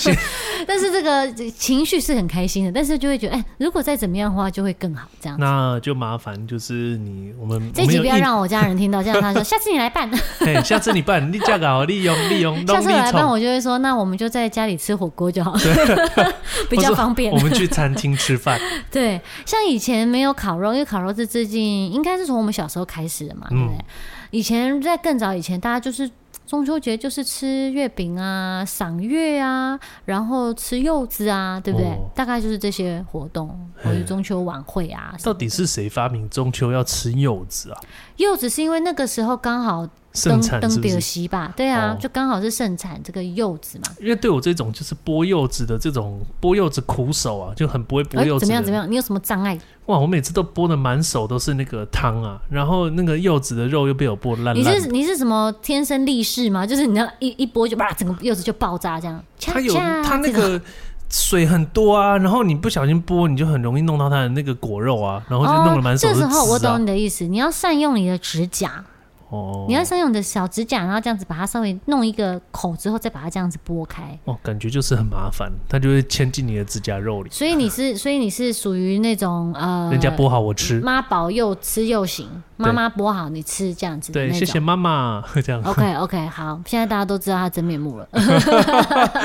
[SPEAKER 2] 但是这个情绪是很开心的，但是就会觉得，哎、如果再怎么样的话，就会更好这样。
[SPEAKER 1] 那就麻烦，就是你我们
[SPEAKER 2] 这
[SPEAKER 1] 我
[SPEAKER 2] 一
[SPEAKER 1] 们
[SPEAKER 2] 集
[SPEAKER 1] 有
[SPEAKER 2] 不要
[SPEAKER 1] 一
[SPEAKER 2] 让我家人听到，这样 他说下次你来办，
[SPEAKER 1] 嘿，下次你 办，你价格好利用利用，
[SPEAKER 2] 下次我
[SPEAKER 1] 弄利
[SPEAKER 2] 来办，
[SPEAKER 1] 从
[SPEAKER 2] 我就会说，那我们就在家里吃火锅就好， 比
[SPEAKER 1] 我
[SPEAKER 2] 较
[SPEAKER 1] 说
[SPEAKER 2] 方便
[SPEAKER 1] 我。们去餐厅吃 饭，
[SPEAKER 2] 对，像以前没有烤肉，因为烤肉是最近应该是从我们小时候开始的嘛，对不
[SPEAKER 1] 嗯
[SPEAKER 2] 对？以前在更早以前，大家就是中秋节就是吃月饼啊、赏月啊，然后吃柚子啊，对不对？
[SPEAKER 1] 哦
[SPEAKER 2] 大概就是这些活动，或者中秋晚会啊什
[SPEAKER 1] 到
[SPEAKER 2] 么的。
[SPEAKER 1] 底是谁发明中秋要吃柚子啊？
[SPEAKER 2] 柚子是因为那个时候刚好
[SPEAKER 1] 盛
[SPEAKER 2] 登
[SPEAKER 1] 产是
[SPEAKER 2] 登
[SPEAKER 1] 不
[SPEAKER 2] 比尔
[SPEAKER 1] 是？
[SPEAKER 2] 西吧？对啊，
[SPEAKER 1] 哦
[SPEAKER 2] 就刚好是盛产这个柚子嘛。
[SPEAKER 1] 因为对我这种就是剥柚子的这种剥柚子苦手啊，就很不会剥
[SPEAKER 2] 哎
[SPEAKER 1] 柚子、
[SPEAKER 2] 怎么样？怎么？样？你有什么障碍？
[SPEAKER 1] 哇，我每次都剥的满手都是那个汤啊，然后那个柚子的肉又被我剥烂
[SPEAKER 2] 你
[SPEAKER 1] 烂
[SPEAKER 2] 是
[SPEAKER 1] 的。
[SPEAKER 2] 你是什么天生丽士吗？就是你要一一剥就把整个柚子就爆炸这样。
[SPEAKER 1] 它有
[SPEAKER 2] 恰恰
[SPEAKER 1] 它那
[SPEAKER 2] 这种
[SPEAKER 1] 个水很多啊，然后你不小心剥，你就很容易弄到它的那个果肉啊，然后就弄得满手
[SPEAKER 2] 哦。
[SPEAKER 1] 是
[SPEAKER 2] 这
[SPEAKER 1] 汁
[SPEAKER 2] 时候我
[SPEAKER 1] 啊
[SPEAKER 2] 懂。你的意思，你要善用你的指甲，
[SPEAKER 1] 哦，
[SPEAKER 2] 你要善用你的小指甲，然后这样子把它稍微弄一个口之后，再把它这样子剥开。
[SPEAKER 1] 哦，感觉就是很麻烦，它就会嵌进你的指甲肉里，
[SPEAKER 2] 所以你是，所以你是属于那种呃，
[SPEAKER 1] 人家剥好我吃。
[SPEAKER 2] 妈宝又吃又行，妈妈剥好你吃这样子的
[SPEAKER 1] 对，
[SPEAKER 2] 那种。
[SPEAKER 1] 谢谢妈妈， 这样。
[SPEAKER 2] OK OK，好，现在大家都知道他真面目了。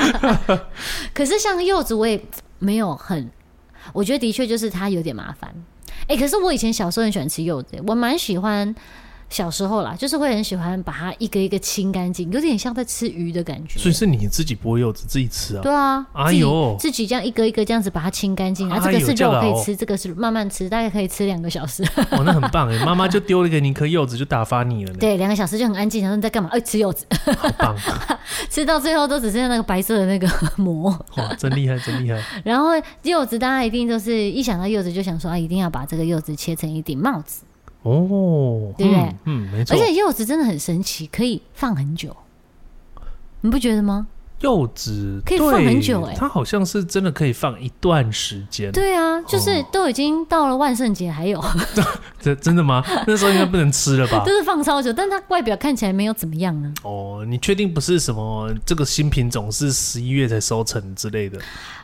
[SPEAKER 2] 可是像柚子，我也没有很，我觉得的确就是它有点麻烦。哎、可是我以前小时候很喜欢吃柚子，我蛮喜欢。小时候啦，就是会很喜欢把它一个一个清干净，有点像在吃鱼的感觉。
[SPEAKER 1] 所以是你自己剥柚子自己吃啊？
[SPEAKER 2] 对啊，
[SPEAKER 1] 哎呦
[SPEAKER 2] 自己自己这样一个一个这样子把它清干净，啊，这
[SPEAKER 1] 哎呦
[SPEAKER 2] 个是
[SPEAKER 1] 这
[SPEAKER 2] 肉
[SPEAKER 1] 样啊
[SPEAKER 2] 可以
[SPEAKER 1] 哦
[SPEAKER 2] 吃，这个是慢慢吃，大概可以吃两个小时。
[SPEAKER 1] 哦，那很棒哎，妈妈就丢了给你一颗柚子，就打发你了呢，
[SPEAKER 2] 对，两个小时就很安静，然后你在干嘛？哎、吃柚子，
[SPEAKER 1] 好棒，
[SPEAKER 2] 吃到最后都只剩下那个白色的那个 膜。
[SPEAKER 1] 哇，哦真厉害，真厉害，
[SPEAKER 2] 然后柚子，大家一定就是一想到柚子就想说啊，一定要把这个柚子切成一顶帽子。
[SPEAKER 1] 哦，
[SPEAKER 2] 对不对
[SPEAKER 1] 嗯，嗯没错
[SPEAKER 2] 而。且柚子真的很神奇，可以放很久，你不觉得吗？
[SPEAKER 1] 柚子
[SPEAKER 2] 可以放
[SPEAKER 1] 对
[SPEAKER 2] 很久哎
[SPEAKER 1] 它好像是真的可以放一段时间。
[SPEAKER 2] 对啊，就是
[SPEAKER 1] 哦
[SPEAKER 2] 都已经到了万圣节，还有
[SPEAKER 1] 这真的吗？那时候应该不能吃了吧
[SPEAKER 2] 就？是放超久，但它外表看起来没有怎么样啊呢。
[SPEAKER 1] 哦，你确定不是什么这个新品种是十一月才收成之类的？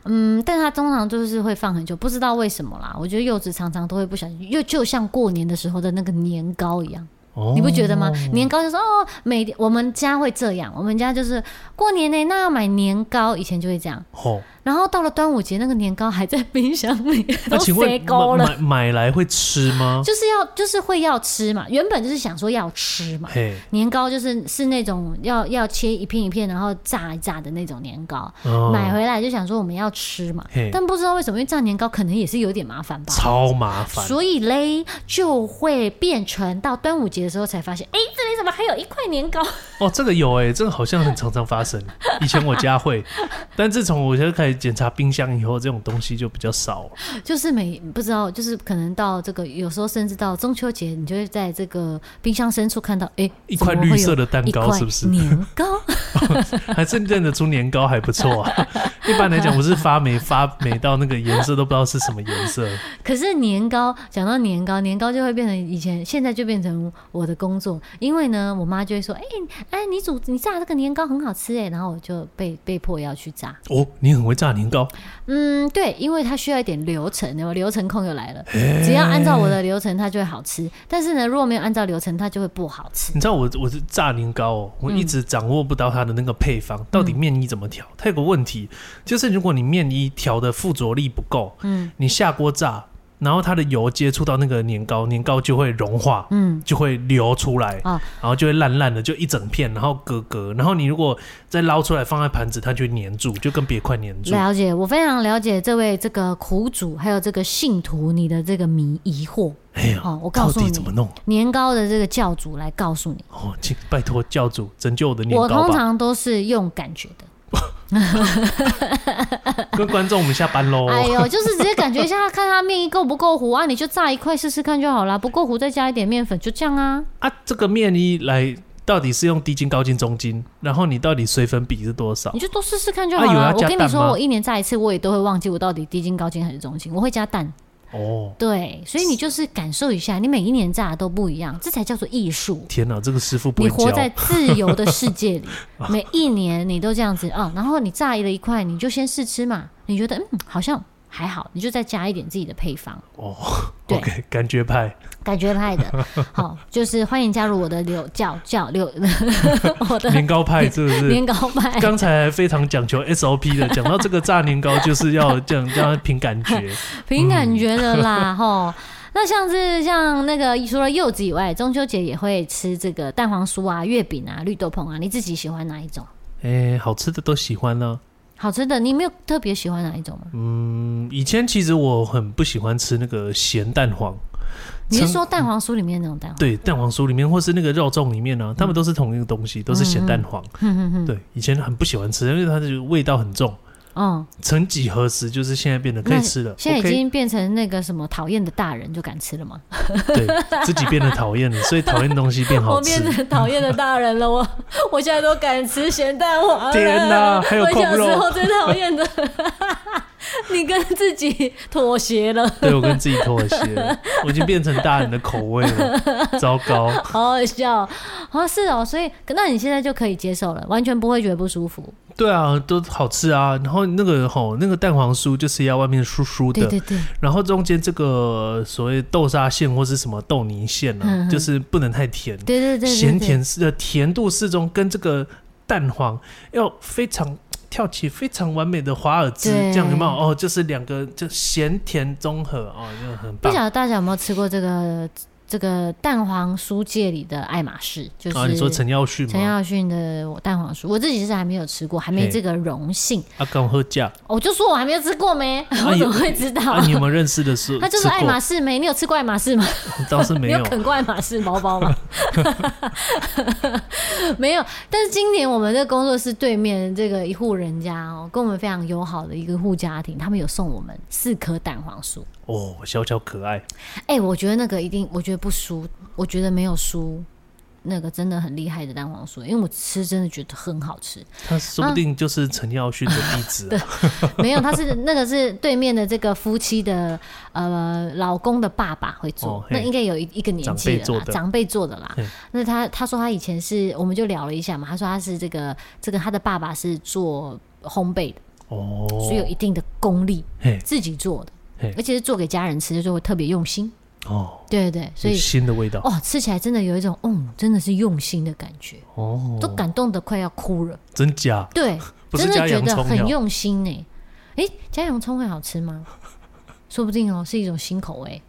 [SPEAKER 2] 嗯，但它通常就是会放很久，不知道为什么啦。我觉得柚子常常都会不小心，又就像过年的时候的那个年糕一样。
[SPEAKER 1] 哦，
[SPEAKER 2] 你不觉得吗？年糕就说哦，每我们家会这样，我们家就是过年呢，那要买年糕，以前就会这样。
[SPEAKER 1] 哦，
[SPEAKER 2] 然后到了端午节，那个年糕还在冰箱里，
[SPEAKER 1] 那
[SPEAKER 2] 都
[SPEAKER 1] 请
[SPEAKER 2] 塞
[SPEAKER 1] 问
[SPEAKER 2] 沟
[SPEAKER 1] 买哦
[SPEAKER 2] 了，
[SPEAKER 1] 买买来会吃 吗？
[SPEAKER 2] 就是要就是会要吃嘛，原本就是想说要吃嘛。
[SPEAKER 1] 嘿，
[SPEAKER 2] 年糕就是是那种要要切一片一片，然后炸一炸的那种年糕，
[SPEAKER 1] 哦
[SPEAKER 2] 买回来就想说我们要吃嘛
[SPEAKER 1] 嘿，
[SPEAKER 2] 但不知道为什么，因为炸年糕可能也是有点麻烦吧。
[SPEAKER 1] 超麻烦。
[SPEAKER 2] 所以嘞，就会变成到端午节的时候才发现，哎、这里怎么还有一块年糕？
[SPEAKER 1] 哦，这个有哎、这个好像很常常发 生。以前我家会，但自从我现在开始检查冰箱以后，这种东西就比较少了。
[SPEAKER 2] 就是每不知道，就是可能到这个，有时候甚至到中秋节，你就会在这个冰箱深处看到，哎、
[SPEAKER 1] 一块绿色的蛋糕是不是
[SPEAKER 2] 一块年糕，
[SPEAKER 1] 还真认得出年糕还不错 啊。一般来讲，我是发霉发霉到那个颜色都不知道是什么颜色。
[SPEAKER 2] 可是年糕讲到年糕，年糕就会变成以前现在就变成我的工作，因为呢，我妈就会说，哎、哎，你煮你炸这个年糕很好吃哎，然后我就被被迫要去炸。
[SPEAKER 1] 哦，你很会炸年糕，
[SPEAKER 2] 嗯，对，因为它需要一点流程，那么流程控又来了，只要按照我的流程，它就会好吃。但是呢，如果没有按照流程，它就会不好吃。
[SPEAKER 1] 你知道我我是炸年糕哦，我一直掌握不到它的那个配方，到底面衣怎么调？它有个问题，就是如果你面衣调的附着力不够，
[SPEAKER 2] 嗯，
[SPEAKER 1] 你下锅炸然后它的油接触到那个年糕，年糕就会融化，
[SPEAKER 2] 嗯，
[SPEAKER 1] 就会流出来，
[SPEAKER 2] 哦
[SPEAKER 1] 然后就会烂烂的，就一整片，然后格格。然后你如果再捞出来放在盘子，它就会粘住，就跟别块粘住。
[SPEAKER 2] 了解，我非常了解这位这个苦主还有这个信徒你的这个迷疑惑
[SPEAKER 1] 哎呀，
[SPEAKER 2] 哦，我告
[SPEAKER 1] 到
[SPEAKER 2] 诉
[SPEAKER 1] 底
[SPEAKER 2] 你，
[SPEAKER 1] 怎么弄？
[SPEAKER 2] 年糕的这个教主来告诉你，
[SPEAKER 1] 哦，请拜托教主拯救我的年
[SPEAKER 2] 我
[SPEAKER 1] 糕
[SPEAKER 2] 通
[SPEAKER 1] 吧！
[SPEAKER 2] 常都是用感觉的。
[SPEAKER 1] 跟观众我们下班 喽。
[SPEAKER 2] 哎呦，就是直接感觉一下，看它面衣够不够糊啊，你就炸一块试试看就好啦，不够糊再加一点面粉，就这样啊。
[SPEAKER 1] 啊，这个面衣来到底是用低筋、高筋、中筋，然后你到底水粉比是多少
[SPEAKER 2] 你？就多试试看就
[SPEAKER 1] 啊
[SPEAKER 2] 好
[SPEAKER 1] 有
[SPEAKER 2] 了。
[SPEAKER 1] 要
[SPEAKER 2] 我
[SPEAKER 1] 加
[SPEAKER 2] 跟你
[SPEAKER 1] 蛋
[SPEAKER 2] 说，
[SPEAKER 1] 吗
[SPEAKER 2] 我一年炸一次，我也都会忘记我到底低筋、高筋还是中筋，我会加蛋。
[SPEAKER 1] 哦，
[SPEAKER 2] 对，所以你就是感受一下，你每一年炸的都不一样，这才叫做艺术。
[SPEAKER 1] 天哪，这个师傅不
[SPEAKER 2] 你
[SPEAKER 1] 会啊
[SPEAKER 2] 活在
[SPEAKER 1] 教。
[SPEAKER 2] 自由的世 界里，每一年你都这样子啊、然后你炸了一块，你就先试吃嘛，你觉得嗯好像还好，你就再加一点自己的配方，
[SPEAKER 1] 哦
[SPEAKER 2] 对
[SPEAKER 1] ，OK，感觉 派。
[SPEAKER 2] 感觉 派的，好，就是欢迎加入我的柳教教柳， 我的
[SPEAKER 1] 年糕派是不是？
[SPEAKER 2] 年哎糕派，
[SPEAKER 1] 刚才还非常讲求 SOP 的，讲到这个炸年糕就是要这样这样凭感 觉。
[SPEAKER 2] 凭感觉的
[SPEAKER 1] 嗯
[SPEAKER 2] 啦，吼。那像是像那个除了柚子以外，中秋节也会吃这个蛋黄酥啊、月饼啊、绿豆椪啊，你自己喜欢哪一种？
[SPEAKER 1] 哎、好吃的都喜欢呢、
[SPEAKER 2] 好吃的，你没有特别喜欢哪一种吗？
[SPEAKER 1] 嗯，以前其实我很不喜欢吃那个咸蛋黄，
[SPEAKER 2] 你是
[SPEAKER 1] 曾
[SPEAKER 2] 说蛋黄酥里面那种蛋黄？
[SPEAKER 1] 对蛋黄酥里面或是那个肉粽里面
[SPEAKER 2] 嗯
[SPEAKER 1] 呢、啊，他们都是同一个东西，都是咸蛋黄。对，以前很不喜欢吃，因为它的味道很重。
[SPEAKER 2] 嗯，
[SPEAKER 1] 曾几何时，就是现在变得可以吃了
[SPEAKER 2] 现在已
[SPEAKER 1] ，OK，
[SPEAKER 2] 经变成那个什么讨厌的大人就敢吃了吗？
[SPEAKER 1] 对自己变得讨厌了，所以讨厌的东西变 好
[SPEAKER 2] 我
[SPEAKER 1] 吃
[SPEAKER 2] 变。 成讨厌的大人了，我 我现在都敢吃咸蛋黄了。
[SPEAKER 1] 天哪还有
[SPEAKER 2] 我小
[SPEAKER 1] 控肉
[SPEAKER 2] 时候最讨厌的， 你跟自己妥协了，
[SPEAKER 1] 对我跟自己妥协了，我已经变成大人的口味了， 糟糕。
[SPEAKER 2] 好好笑哦！是哦，所以那你现在就可以接受了，完全不会觉得不舒服。
[SPEAKER 1] 对啊，都好吃啊。然后那个吼，那个蛋黄酥就是要外面酥酥的，
[SPEAKER 2] 对对对，
[SPEAKER 1] 然后中间这个所谓豆沙馅或是什么豆泥馅啊，
[SPEAKER 2] 嗯嗯
[SPEAKER 1] 就是不能太甜，
[SPEAKER 2] 对对对对，
[SPEAKER 1] 咸
[SPEAKER 2] 对。
[SPEAKER 1] 甜适的甜度适中，跟这个蛋黄要非常。跳起非常完美的华尔兹，
[SPEAKER 2] 对
[SPEAKER 1] 这样有没有？哦，就是两个就咸甜综合哦，就很
[SPEAKER 2] 不
[SPEAKER 1] 棒
[SPEAKER 2] 晓得大家有没有吃过这个这个蛋黄酥界里的爱马仕？就是、
[SPEAKER 1] 啊！你说陈耀迅
[SPEAKER 2] 陈
[SPEAKER 1] 吗？
[SPEAKER 2] 耀迅的蛋黄酥，我自己是还没有吃过，还没
[SPEAKER 1] 嘿
[SPEAKER 2] 这个荣幸。哦
[SPEAKER 1] 阿刚啊喝 架
[SPEAKER 2] 我就说我还没有吃过没， 我怎么会知道？
[SPEAKER 1] 啊啊，你有没有认识的是？
[SPEAKER 2] 他就是
[SPEAKER 1] 吃
[SPEAKER 2] 爱
[SPEAKER 1] 过
[SPEAKER 2] 马仕没？你有吃过爱马仕吗？
[SPEAKER 1] 倒是没
[SPEAKER 2] 你有
[SPEAKER 1] 有。
[SPEAKER 2] 啃过爱马仕包包吗？ 没有。但是今年我们的工作室对面这个一户人家哦，跟我们非常友好的一个户家庭，他们有送我们四颗蛋黄酥。
[SPEAKER 1] 哦，小巧可爱，
[SPEAKER 2] 哎、我觉得那个一定，我觉得不输，我觉得没有输那个真的很厉害的蛋黄酥，因为我吃真的觉得很好吃。
[SPEAKER 1] 他说不定就是陈耀迅的弟子、啊。
[SPEAKER 2] 没有，他是那个是对面的这个夫妻的呃老公的爸爸会做，
[SPEAKER 1] 哦嘿
[SPEAKER 2] 那应该有一一个年纪
[SPEAKER 1] 长辈
[SPEAKER 2] 了
[SPEAKER 1] 做
[SPEAKER 2] 啦，
[SPEAKER 1] 的
[SPEAKER 2] 长辈做的啦
[SPEAKER 1] 嘿。
[SPEAKER 2] 那他他说他以前是，我们就聊了一下嘛，他说他是这个这个他的爸爸是做烘焙的，
[SPEAKER 1] 哦，
[SPEAKER 2] 所以有一定的功力，
[SPEAKER 1] 嘿，
[SPEAKER 2] 自己做的
[SPEAKER 1] 嘿，
[SPEAKER 2] 而且是做给家人吃，就会特别用心。
[SPEAKER 1] 哦，
[SPEAKER 2] 对对对，所
[SPEAKER 1] 有
[SPEAKER 2] 以
[SPEAKER 1] 新的味道
[SPEAKER 2] 哦，吃起来真的有一种，嗯，真的是用心的感觉，
[SPEAKER 1] 哦，
[SPEAKER 2] 都感动的快要哭了。
[SPEAKER 1] 真假？
[SPEAKER 2] 对，
[SPEAKER 1] 不
[SPEAKER 2] 真
[SPEAKER 1] 是
[SPEAKER 2] 的
[SPEAKER 1] 加
[SPEAKER 2] 觉
[SPEAKER 1] 洋
[SPEAKER 2] 得
[SPEAKER 1] 葱
[SPEAKER 2] 很
[SPEAKER 1] 料
[SPEAKER 2] 用心呢、诶，加洋葱会好吃吗？ 说不定哦，是一种新口味。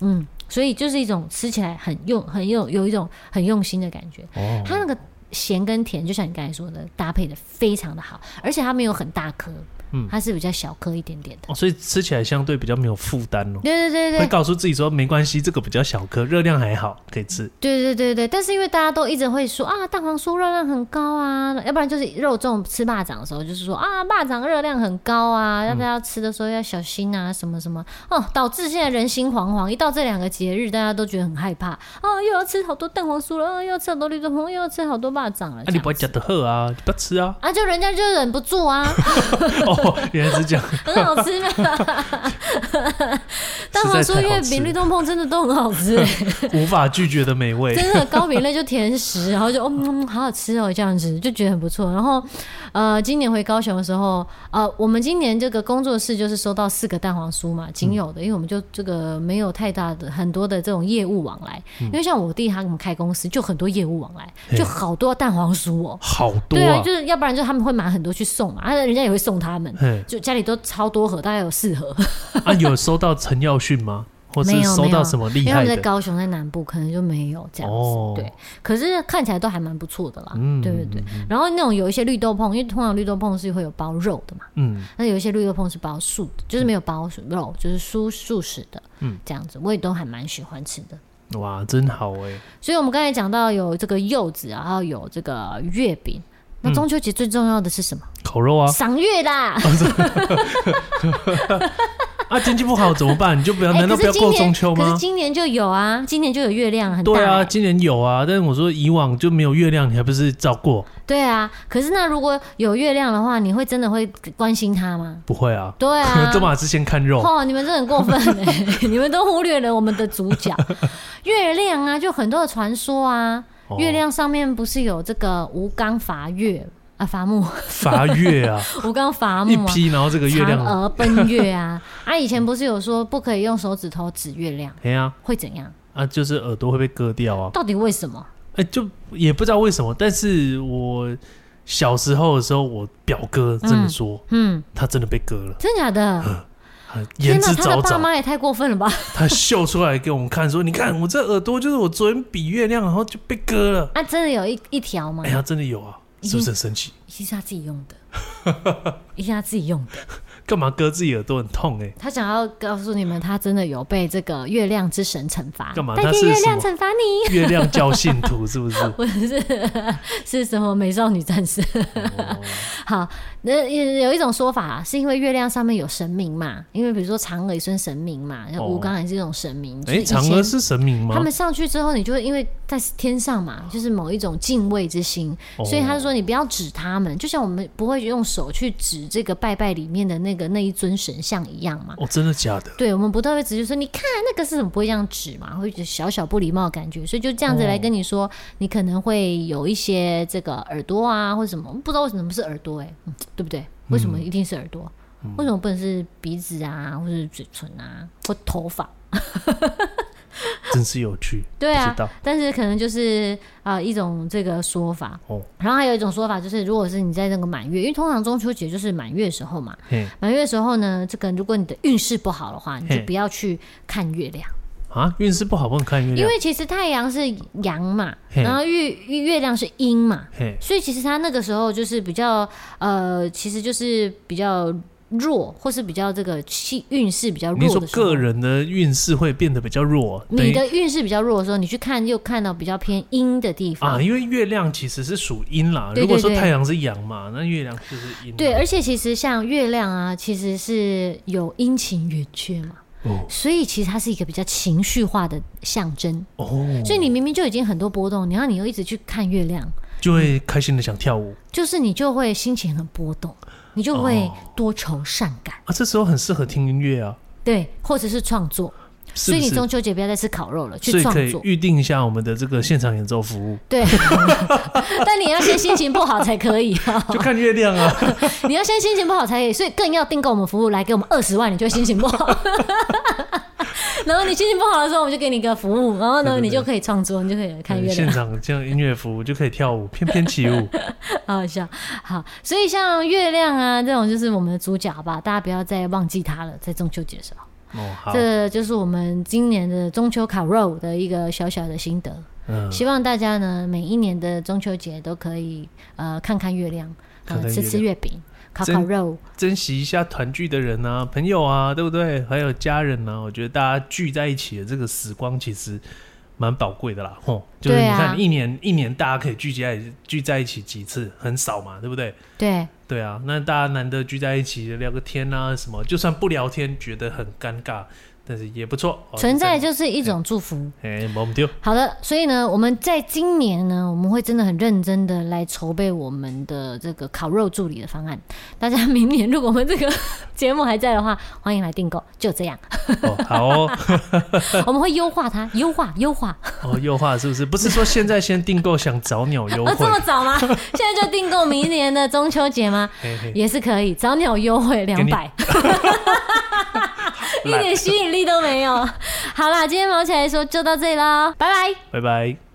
[SPEAKER 2] 嗯，所以就是一种吃起来很用、很有有一种很用心的感觉。
[SPEAKER 1] 哦，
[SPEAKER 2] 它那个咸跟甜，就像你刚才说的，搭配的非常的好，而且它没有很大颗，
[SPEAKER 1] 嗯
[SPEAKER 2] 它是比较小颗一点点的。
[SPEAKER 1] 哦，所以吃起来相对比较没有负担哦。
[SPEAKER 2] 对对对
[SPEAKER 1] 会
[SPEAKER 2] 对
[SPEAKER 1] 告诉自己说没关系，这个比较小颗，热量还好，可以吃。
[SPEAKER 2] 对对对对，但是因为大家都一直会说啊，蛋黄酥热量很高啊，要不然就是肉粽吃霸掌的时候，就是说啊，霸掌热量很高啊，要大家吃的时候要小心啊，什么什么哦，导致现在人心惶惶。一到这两个节日，大家都觉得很害怕啊，又要吃好多蛋黄酥了，啊、又要吃好多绿豆椪，又要吃好多霸掌了。
[SPEAKER 1] 啊，
[SPEAKER 2] 这
[SPEAKER 1] 你
[SPEAKER 2] 样
[SPEAKER 1] 不要
[SPEAKER 2] 子
[SPEAKER 1] 讲的喝啊，你不要吃啊。
[SPEAKER 2] 啊，就人家就忍不住啊，
[SPEAKER 1] 哦，原来是这样，
[SPEAKER 2] 很好吃嘛。蛋黄酥、月饼、绿豆椪真的都很好吃、
[SPEAKER 1] 无法拒绝的美味。
[SPEAKER 2] 真的糕饼类就甜食，然后 就哦嗯，好好吃哦，这样子就觉得很不错。然后，呃，今年回高雄的时候，呃，我们今年这个工作室就是收到四个蛋黄酥
[SPEAKER 1] 嗯
[SPEAKER 2] 嘛，仅有的，因为我们就这个没有太大的很多的这种业务往来，
[SPEAKER 1] 嗯
[SPEAKER 2] 因为像我弟他们开公司就很多业务往来，
[SPEAKER 1] 嘿
[SPEAKER 2] 就好多蛋黄酥哦。
[SPEAKER 1] 好多
[SPEAKER 2] 对啊，
[SPEAKER 1] 啊
[SPEAKER 2] 就，是要不然就他们会买很多去送嘛，啊，人家也会送他们，们，
[SPEAKER 1] 嘿，
[SPEAKER 2] 就家里都超多盒，大概有四盒。
[SPEAKER 1] 啊，有收到陈耀迅 吗？或
[SPEAKER 2] 没
[SPEAKER 1] 是
[SPEAKER 2] 有
[SPEAKER 1] 收
[SPEAKER 2] 没有
[SPEAKER 1] 到什么
[SPEAKER 2] 因
[SPEAKER 1] 厉
[SPEAKER 2] 为他
[SPEAKER 1] 害
[SPEAKER 2] 们在
[SPEAKER 1] 的？
[SPEAKER 2] 高雄，在南部可能就没有这样子，
[SPEAKER 1] 哦
[SPEAKER 2] 对。可是看起来都还蛮不错的啦，
[SPEAKER 1] 嗯
[SPEAKER 2] 对对对。然后那种有一些绿豆椪，因为通常绿豆椪是会有包肉的嘛，
[SPEAKER 1] 嗯，
[SPEAKER 2] 那有一些绿豆椪是包素的，就是没有包肉，就是素素食的，
[SPEAKER 1] 嗯，
[SPEAKER 2] 这样子我也都还蛮喜欢吃的。
[SPEAKER 1] 哇，真好哎、
[SPEAKER 2] 所以我们刚才讲到有这个柚子，然后有这个月饼。那中秋节最重要的是什么？
[SPEAKER 1] 烤肉嗯 啊！
[SPEAKER 2] 赏月啦！
[SPEAKER 1] 啊，经济不 好怎么办？你就不要，
[SPEAKER 2] 哎
[SPEAKER 1] 难道不
[SPEAKER 2] 可
[SPEAKER 1] 要
[SPEAKER 2] 是今
[SPEAKER 1] 过
[SPEAKER 2] 年
[SPEAKER 1] 中秋
[SPEAKER 2] 可是
[SPEAKER 1] 哦吗？
[SPEAKER 2] 今年就有啊，今年就有月亮，很大、
[SPEAKER 1] 对啊，
[SPEAKER 2] 哎
[SPEAKER 1] 今年有啊，但是我说以往就没有月亮，你还不是照过？
[SPEAKER 2] 对啊。可是那如果有月亮的话，你会真的会关心它吗？
[SPEAKER 1] 不会啊，
[SPEAKER 2] 对 啊，
[SPEAKER 1] 这马是先看肉，
[SPEAKER 2] 哦，你们真的很过 分哎、 你们都忽略了我们的主角月亮啊，就很多的传说啊。
[SPEAKER 1] 哦
[SPEAKER 2] 月 亮上面不是有这个吴刚伐月啊，伐木，
[SPEAKER 1] 伐月啊，
[SPEAKER 2] 吴刚伐
[SPEAKER 1] 一
[SPEAKER 2] 木啊，
[SPEAKER 1] 批，然后这个月
[SPEAKER 2] 嫦
[SPEAKER 1] 亮，
[SPEAKER 2] 娥奔月啊！ 啊，以前不是有说不可以用手指头指月亮
[SPEAKER 1] 哎呀
[SPEAKER 2] 会怎样？
[SPEAKER 1] 啊，就是耳朵会被割掉啊，
[SPEAKER 2] 到底为什么？
[SPEAKER 1] 哎，就也不知道为什么，但是我小时候的时候，我表哥这么说，
[SPEAKER 2] 嗯，
[SPEAKER 1] 他真的被割了，
[SPEAKER 2] 真 假的？
[SPEAKER 1] 啊
[SPEAKER 2] 天
[SPEAKER 1] 言
[SPEAKER 2] 哪，
[SPEAKER 1] 之
[SPEAKER 2] 他
[SPEAKER 1] 凿
[SPEAKER 2] 的爸
[SPEAKER 1] 凿，
[SPEAKER 2] 妈也太过分了吧！
[SPEAKER 1] 他秀出来给我们看，说你看我这耳朵就是我昨天比月亮，然后就被割了，
[SPEAKER 2] 啊，真的有一一条吗
[SPEAKER 1] 哎？呀，真的有啊，是不是很神奇？
[SPEAKER 2] 一定是他自己用的， 一定是他自己用的。
[SPEAKER 1] 干嘛割自己耳朵很痛哎、
[SPEAKER 2] 他想要告诉你们，他真的有被这个月亮之神惩罚。
[SPEAKER 1] 干嘛
[SPEAKER 2] 代
[SPEAKER 1] 他
[SPEAKER 2] 替
[SPEAKER 1] 是
[SPEAKER 2] 月
[SPEAKER 1] 什
[SPEAKER 2] 亮
[SPEAKER 1] 么
[SPEAKER 2] 惩罚你，
[SPEAKER 1] 月亮教信徒是不是？
[SPEAKER 2] 不是是什么美少女战士？
[SPEAKER 1] 哦
[SPEAKER 2] 好，那也有一种说法、是因为月亮上面有神明嘛，因为比如说嫦娥也算神明嘛，然后吴
[SPEAKER 1] 哦
[SPEAKER 2] 刚也是一种神明。就
[SPEAKER 1] 哎、
[SPEAKER 2] 是以前
[SPEAKER 1] 嫦娥是神明吗？
[SPEAKER 2] 他们上去之后，你就会因为在天上嘛，就是某一种敬畏之心，
[SPEAKER 1] 哦
[SPEAKER 2] 所以他说你不要指他们，就像我们不会用手去指这个拜拜里面的那个那一尊神像一样嘛。
[SPEAKER 1] 哦，真的假的？
[SPEAKER 2] 对，我们不太会直接说，你看那个是什么，不会这样指嘛，会觉得小小不礼貌的感觉，所以就这样
[SPEAKER 1] 哦
[SPEAKER 2] 子来跟你说，你可能会有一些这个耳朵啊，或者什么，不知道为什么是耳朵、欸，哎、对不
[SPEAKER 1] 嗯
[SPEAKER 2] 对？为什么一定是耳朵？为什么不能是鼻子啊，或者是嘴唇啊，或头发？
[SPEAKER 1] 真是有趣。
[SPEAKER 2] 对啊
[SPEAKER 1] 不知道
[SPEAKER 2] 但是可能就是啊、呃一种这个说法。
[SPEAKER 1] 哦，
[SPEAKER 2] 然后还有一种说法就是，如果是你在那个满月，因为通常中秋节就是满月的时候嘛，
[SPEAKER 1] 嘿
[SPEAKER 2] 满月的时候呢，这个如果你的运势不好的话，你就
[SPEAKER 1] 嘿
[SPEAKER 2] 不要去看月亮，
[SPEAKER 1] 啊，运势不好不能看月
[SPEAKER 2] 因
[SPEAKER 1] 亮，
[SPEAKER 2] 为其实太阳是阳嘛，
[SPEAKER 1] 嘿
[SPEAKER 2] 然后月月亮是阴嘛，
[SPEAKER 1] 嘿，
[SPEAKER 2] 所以其实它那个时候就是比较呃，其实就是比较弱，或是比较这个气运势比较
[SPEAKER 1] 你
[SPEAKER 2] 弱
[SPEAKER 1] 说
[SPEAKER 2] 的时候。
[SPEAKER 1] 个人的运势会变得比较弱，等
[SPEAKER 2] 你
[SPEAKER 1] 于
[SPEAKER 2] 的运势比较弱的时候，你去看又看到比较偏阴的地方
[SPEAKER 1] 啊，因为月亮其实是属阴啦。
[SPEAKER 2] 对对
[SPEAKER 1] 如果说
[SPEAKER 2] 对
[SPEAKER 1] 太阳是阳嘛，那月亮就是阴。
[SPEAKER 2] 对，，而且其实像月亮啊，其实是有阴晴圆缺嘛，
[SPEAKER 1] 哦
[SPEAKER 2] 所以其实它是一个比较情绪化的象征。
[SPEAKER 1] 哦，
[SPEAKER 2] 所以你明明就已经很多波动，然后你又一直去看月亮，
[SPEAKER 1] 就会开心的想跳舞
[SPEAKER 2] 就是你就会心情很波动，你就会
[SPEAKER 1] 哦
[SPEAKER 2] 多愁善感，
[SPEAKER 1] 啊，这时候很适合听音乐啊，
[SPEAKER 2] 对，或者是创作。
[SPEAKER 1] 是
[SPEAKER 2] 所
[SPEAKER 1] 不
[SPEAKER 2] 以你
[SPEAKER 1] 是？
[SPEAKER 2] 中秋节不要再吃烤肉了，
[SPEAKER 1] 所
[SPEAKER 2] 去
[SPEAKER 1] 以
[SPEAKER 2] 创
[SPEAKER 1] 可以
[SPEAKER 2] 作。
[SPEAKER 1] 预定一下我们的这个现场演奏服务，
[SPEAKER 2] 对，但你要先心情不好才可以、
[SPEAKER 1] 就看月亮啊。
[SPEAKER 2] 你要先心情不好才可以，所以更要订购我们服务来给我们二十万，你就会心情不好。 然后你心情不好的时候，我们就给你一个服务，然后呢，
[SPEAKER 1] 对对对
[SPEAKER 2] 你就可以创作，你就可以 看月
[SPEAKER 1] 现
[SPEAKER 2] 亮，
[SPEAKER 1] 场这样音乐服务就可以跳舞，翩翩起舞。
[SPEAKER 2] 好好笑。好，所以像月亮啊这种就是我们的主角，好吧，大家不要再忘记它了，在中秋节的时候，
[SPEAKER 1] 哦，好，
[SPEAKER 2] 这就是我们今年的中秋烤肉的一个小小的心得。
[SPEAKER 1] 嗯，
[SPEAKER 2] 希望大家呢，每一年的中秋节都可以呃看看月亮，呃
[SPEAKER 1] 看看
[SPEAKER 2] 吃
[SPEAKER 1] 月
[SPEAKER 2] 吃
[SPEAKER 1] 亮
[SPEAKER 2] 月饼，烤
[SPEAKER 1] 真
[SPEAKER 2] 烤肉。
[SPEAKER 1] 珍惜一下团聚的人啊，朋友啊，对不对？还有家人啊，我觉得大家聚在一起的这个时光其实蛮宝贵的啦，吼。就是
[SPEAKER 2] 对
[SPEAKER 1] 你
[SPEAKER 2] 啊
[SPEAKER 1] 看一年、一年大家可以聚集在聚在一起几次，很少嘛，对不对？
[SPEAKER 2] 对，
[SPEAKER 1] 对啊，那大家难得聚在一起聊个天啊，什么，就算不聊天觉得很尴尬，但是也不错。哦
[SPEAKER 2] 存在就是一种祝福。
[SPEAKER 1] 哎，没我们丢
[SPEAKER 2] 好的，所以呢，我们在今年呢，我们会真的很认真的来筹备我们的这个烤肉助理的方案。大家明年如果我们这个节目还在的话，欢迎来订购。就 这样，
[SPEAKER 1] 哦，好哦，
[SPEAKER 2] 我们会优化它，优化优化。
[SPEAKER 1] 哦，优化是不是？不是说现在先订购想早鸟优
[SPEAKER 2] 啊，
[SPEAKER 1] 惠
[SPEAKER 2] 这，么早 吗？现在就订购明年的中秋节吗？
[SPEAKER 1] 嘿嘿，
[SPEAKER 2] 也是可以，早鸟优惠两
[SPEAKER 1] 你
[SPEAKER 2] 百， 一点吸引力都没有。好啦，今天毛起来说就到这里啦，拜
[SPEAKER 1] 拜
[SPEAKER 2] 拜。
[SPEAKER 1] 拜。